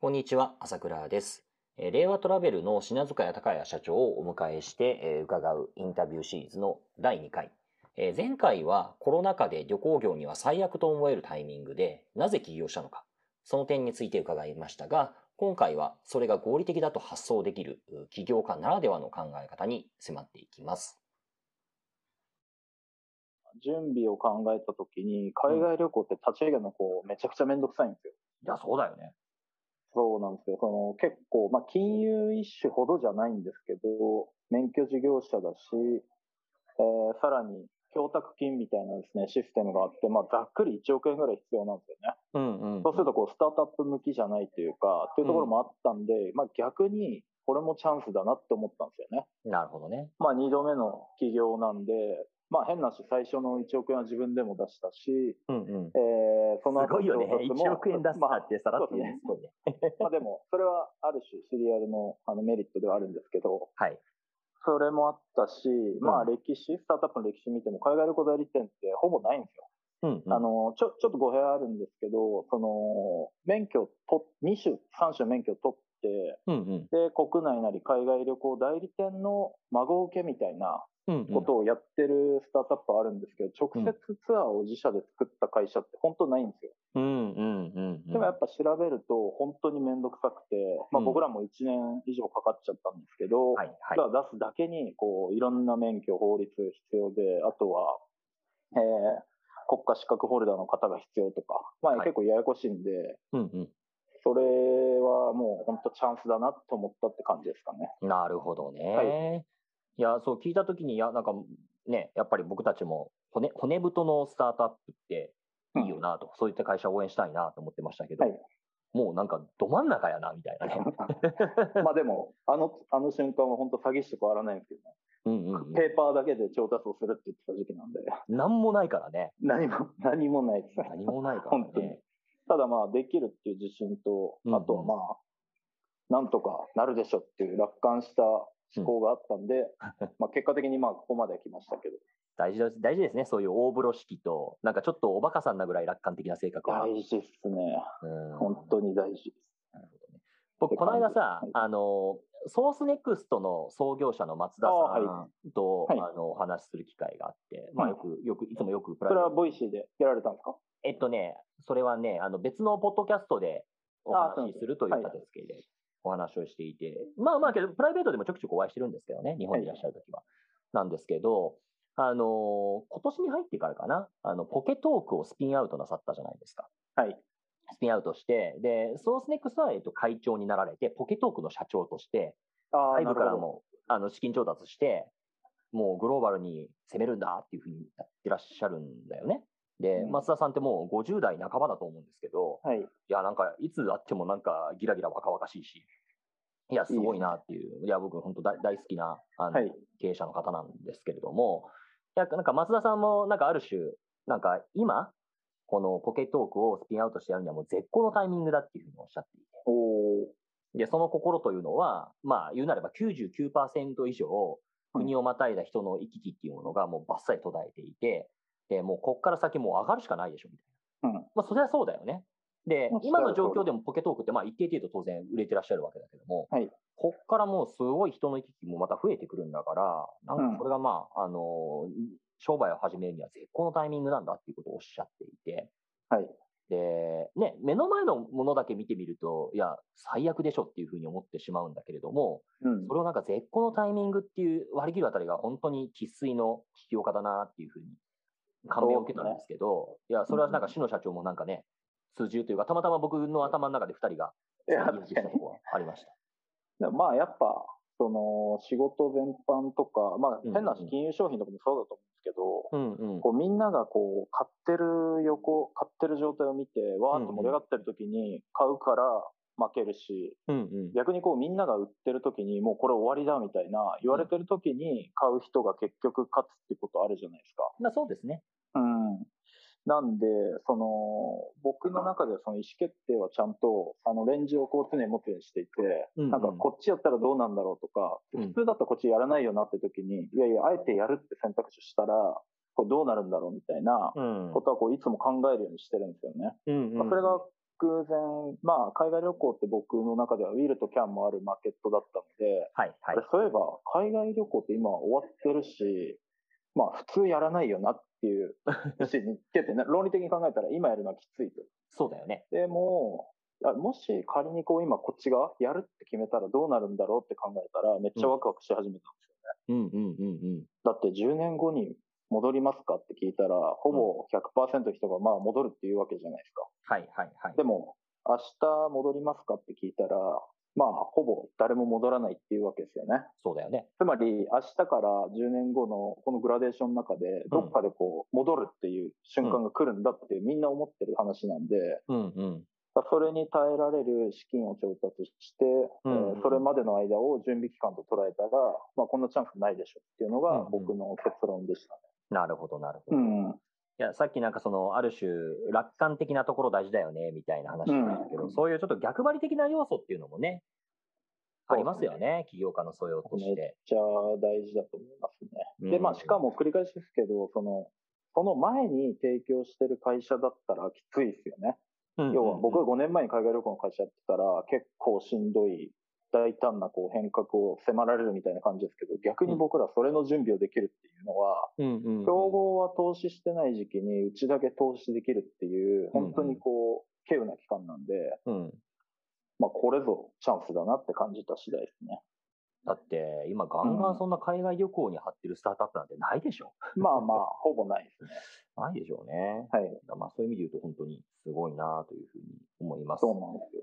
こんにちは、朝倉です。えー令和トラベルの品塚屋高谷社長をお迎えして、えー伺うインタビューシリーズの第2回。えー前回はコロナ禍で旅行業には最悪と思えるタイミングで、なぜ起業したのか、その点について伺いましたが、今回はそれが合理的だと発想できるう起業家ならではの考え方に迫っていきます。準備を考えた時に、海外旅行って立ち上げるのこう、めちゃくちゃめんどくさいんですよ。いや、そうだよね。そうなんですよ。その結構、まあ、金融一種ほどじゃないんですけど、免許事業者だし、えーさらに、供託金みたいなですね、システムがあって、まあ、ざっくり1億円ぐらい必要なんですよね。うんうん。そうすると、こう、スタートアップ向きじゃないというか、というところもあったんで、まあ、逆に、これもチャンスだなって思ったんですよね。なるほどね。まあ、2度目の起業なんで、まあ、変なし、最初の1億円は自分でも出したし、うんうん。えーそのすごいよね。調達も1億円出すまなあってさらっと言うのすごいね。まあでも、それはある種シリアルのあのメリットではあるんですけど、はい。それもあったし、まあうん歴史、スタートアップの歴史見ても、海外旅行代理店ってほぼないんですよ。うん、あの、ちょ、ちょっと語弊あるんですけど、その、免許と、2種、3種免許取って、うんうん。で、国内なり海外旅行代理店の孫受けみたいなうんうんことをやってるスタートアップはあるんですけど、直接ツアーを自社で作った会社って本当ないんですよ。うんうんうんうん。でもやっぱ調べると本当にめんどくさくて、まうあん僕らも1年以上かかっちゃったんですけど、はいはい。だから出すだけに、こう、いろんな免許、法律必要で、あとは、えー国家資格ホルダーの方が必要とか、まあはい結構ややこしいんで、うんそれはもう本当チャンスだなと思ったって感じですかね。うん。なるほどね。、はいや、そう聞いたときに、いや、なんかね、やっぱり僕たちも骨骨太のスタートアップっていいよなと、そういった会社を応援したいなと思ってましたけど、はいもうなんかど真ん中やなみたいなね。まあでも、あの、あの瞬間は本当詐欺師と変わらないんですけどね。うんうん、ペーパーだけで調達をするって言ってた時期なんで、うん。なんもないからね。何も、何もないですね。何もないから本当にね。ただまあ、できるっていう自信と、うんうんあとはまあ、なんとかなるでしょっていう楽観した思考があった んで、まあ結果的にまあ、ここまで来ましたけど、大事だ大事ですね、そういう大風呂敷と、なんかちょっとおバカさんなぐらい楽観的な性格は。大事っすね。うん本当に大事。なるほどね。僕、この間さはい、あの、ソースネクストの創業者の松田あさはいんと、はいあの、お話しする機会があって、まあ、うんよく、よく、いつもよくプそライれベーはトボイシーでやられたんですかえっとね、それはね、あの、別のポッドキャストでおあそうなん話しですするという形で、お話をしていて、まあまあけど、プライベートでもちょくちょくお会いしてるんですけどね、日本にいらっしゃるときは。なんですけど、あの、今年に入ってからかな、あの、ポケトークをスピンアウトなさったじゃないですか。はい。スピンアウトして、で、ソースネックスは、えっと、会長になられて、ポケトークの社長として、ああ、外部からなるほもあの資金調達して、もうグローバルに攻めるんだっていうふうにやってらっしゃるんだよね。で、うん松田さんってもう50代半ばだと思うんですけど、ど。はい。いや、なんか、いつあってもなんか、ギラギラ若々しいし、いや、すごいなっていう、いや、僕、本当大大好きなあの、はい。経営者の方なんですけれども、いやなんか松田さんも、なんかある種、なんか今、このポケトークをスピンアウトしてやるにはもう絶好のタイミングだっていうふうにおっしゃっていて、おおで、その心というのは、まあ、言うなれば99%以上、国をまたいだ人の行き来っていうものがもうバッサリ途絶えていて、で、もうこっから先もう上がるしかないでしょ、みたいな。うんまあ、そりゃそうだよね。でまあ、今のそりゃ状そ況うだでもポケトークって、まあ、一定程度当然売れてらっしゃるわけだけども、はいこっからもうすごい人の行き来もまた増えてくるんだから、なんかそれがまあ、あの、商売を始めるには絶好のタイミングなんだっていうことをおっしゃっていて、ー。はい。で、ね、目の前のものだけ見てみると、いや、最悪でしょっていうふうに思ってしまうんだけれども、うんそ。れをなんか絶好のタイミングっていう割り切るあたりが本当に生粋の起業家だなっていうふうに感銘を受けたんですけど、いや、それはなんか市の社長もなんかね、数十というか、たまたま僕の頭の中で2人がいや、認識確しかたにと。ころはありました。だからまあやっぱ、その仕事全般とか、まあうんうん変な話金融商品とかもそうだと思うんですけど、うんうん。こうみんながこう買ってる横、買ってる状態を見て、わーっと盛り上がってる時に買うから負けるし、うんうん。逆にこうみんなが売ってる時にもうこれ終わりだみたいな言われてる時に買う人が結局勝つってことあるじゃないですか。まあそうですね。うん。なんで、その、僕の中ではその意思決定はちゃんと、あの、レンジをこう常に持つようにしていて、うんうんなんかこっちやったらどうなんだろうとか、うん普通だったらこっちやらないよなって時に、いやいや、あえてやるって選択肢したら、こうどうなるんだろうみたいなうんことはこういつも考えるようにしてるんですよね。うんうんまあそれが偶然、まあ、海外旅行って僕の中ではウィルとキャンもあるマーケットだったので、はい、はいで。そういえば海外旅行って今終わってるし、まあ、普通やらないよなっていう、しけてね 論理的に考えたら今やるのはきついと。そうだよね。でも、あもし仮にこう今こっちがやるって決めたらどうなるんだろうって考えたらめっちゃワクワクし始めたんですようんうんうんうん。だって10年後に戻りますかって聞いたら、ほぼ100%人がまあ戻るっていうわけじゃないですか。はいはいはい。でも、明日戻りますかって聞いたら、まあ、ほぼ誰も戻らないっていうわけですよね。そうだよね。つまり、明日から10年後のこのグラデーションの中で、どっかでこう、戻るっていう瞬間が来るんだってみんな思ってる話なんで、うんうん。まあそれに耐えられる資金を調達して、うんうんうんえーそれまでの間を準備期間と捉えたら、まあ、こんなチャンスないでしょっていうのうんがうん僕の結論でしたね。なるほどなるほうど。いんや、さっきなんかその、ある種、楽観的なところ大事だよね、みたいな話だったけど、うんそういうちょっと逆張り的な要素っていうのもね、ありますよね、企業家の素養とし。めってちゃ大事だと思いますね。で、まあ、しかも、も繰り返しですけど、その、その前に提供してる会社だったらきついですよね。うん要は僕うんが5年前に海外旅行の会社やってたら、結構しんどい大胆なこう変革を迫られるみたいな感じですけど、逆に僕らそれの準備をできるっていうのは、うんうんうん競合は投資してない時期にうちだけ投資できるっていう、本当にこう、稀有な期間なんで、うんまあ、これぞチャンスだなって感じた次第ですね。だって、今ガンガンそんな海外旅行に張ってるスタートアップなんてないでしょ。まあまあ、ほぼないですね。ないでしょうね。はい。まあそういう意味で言うと本当にすごいなというふうに思います。そうなんですよ。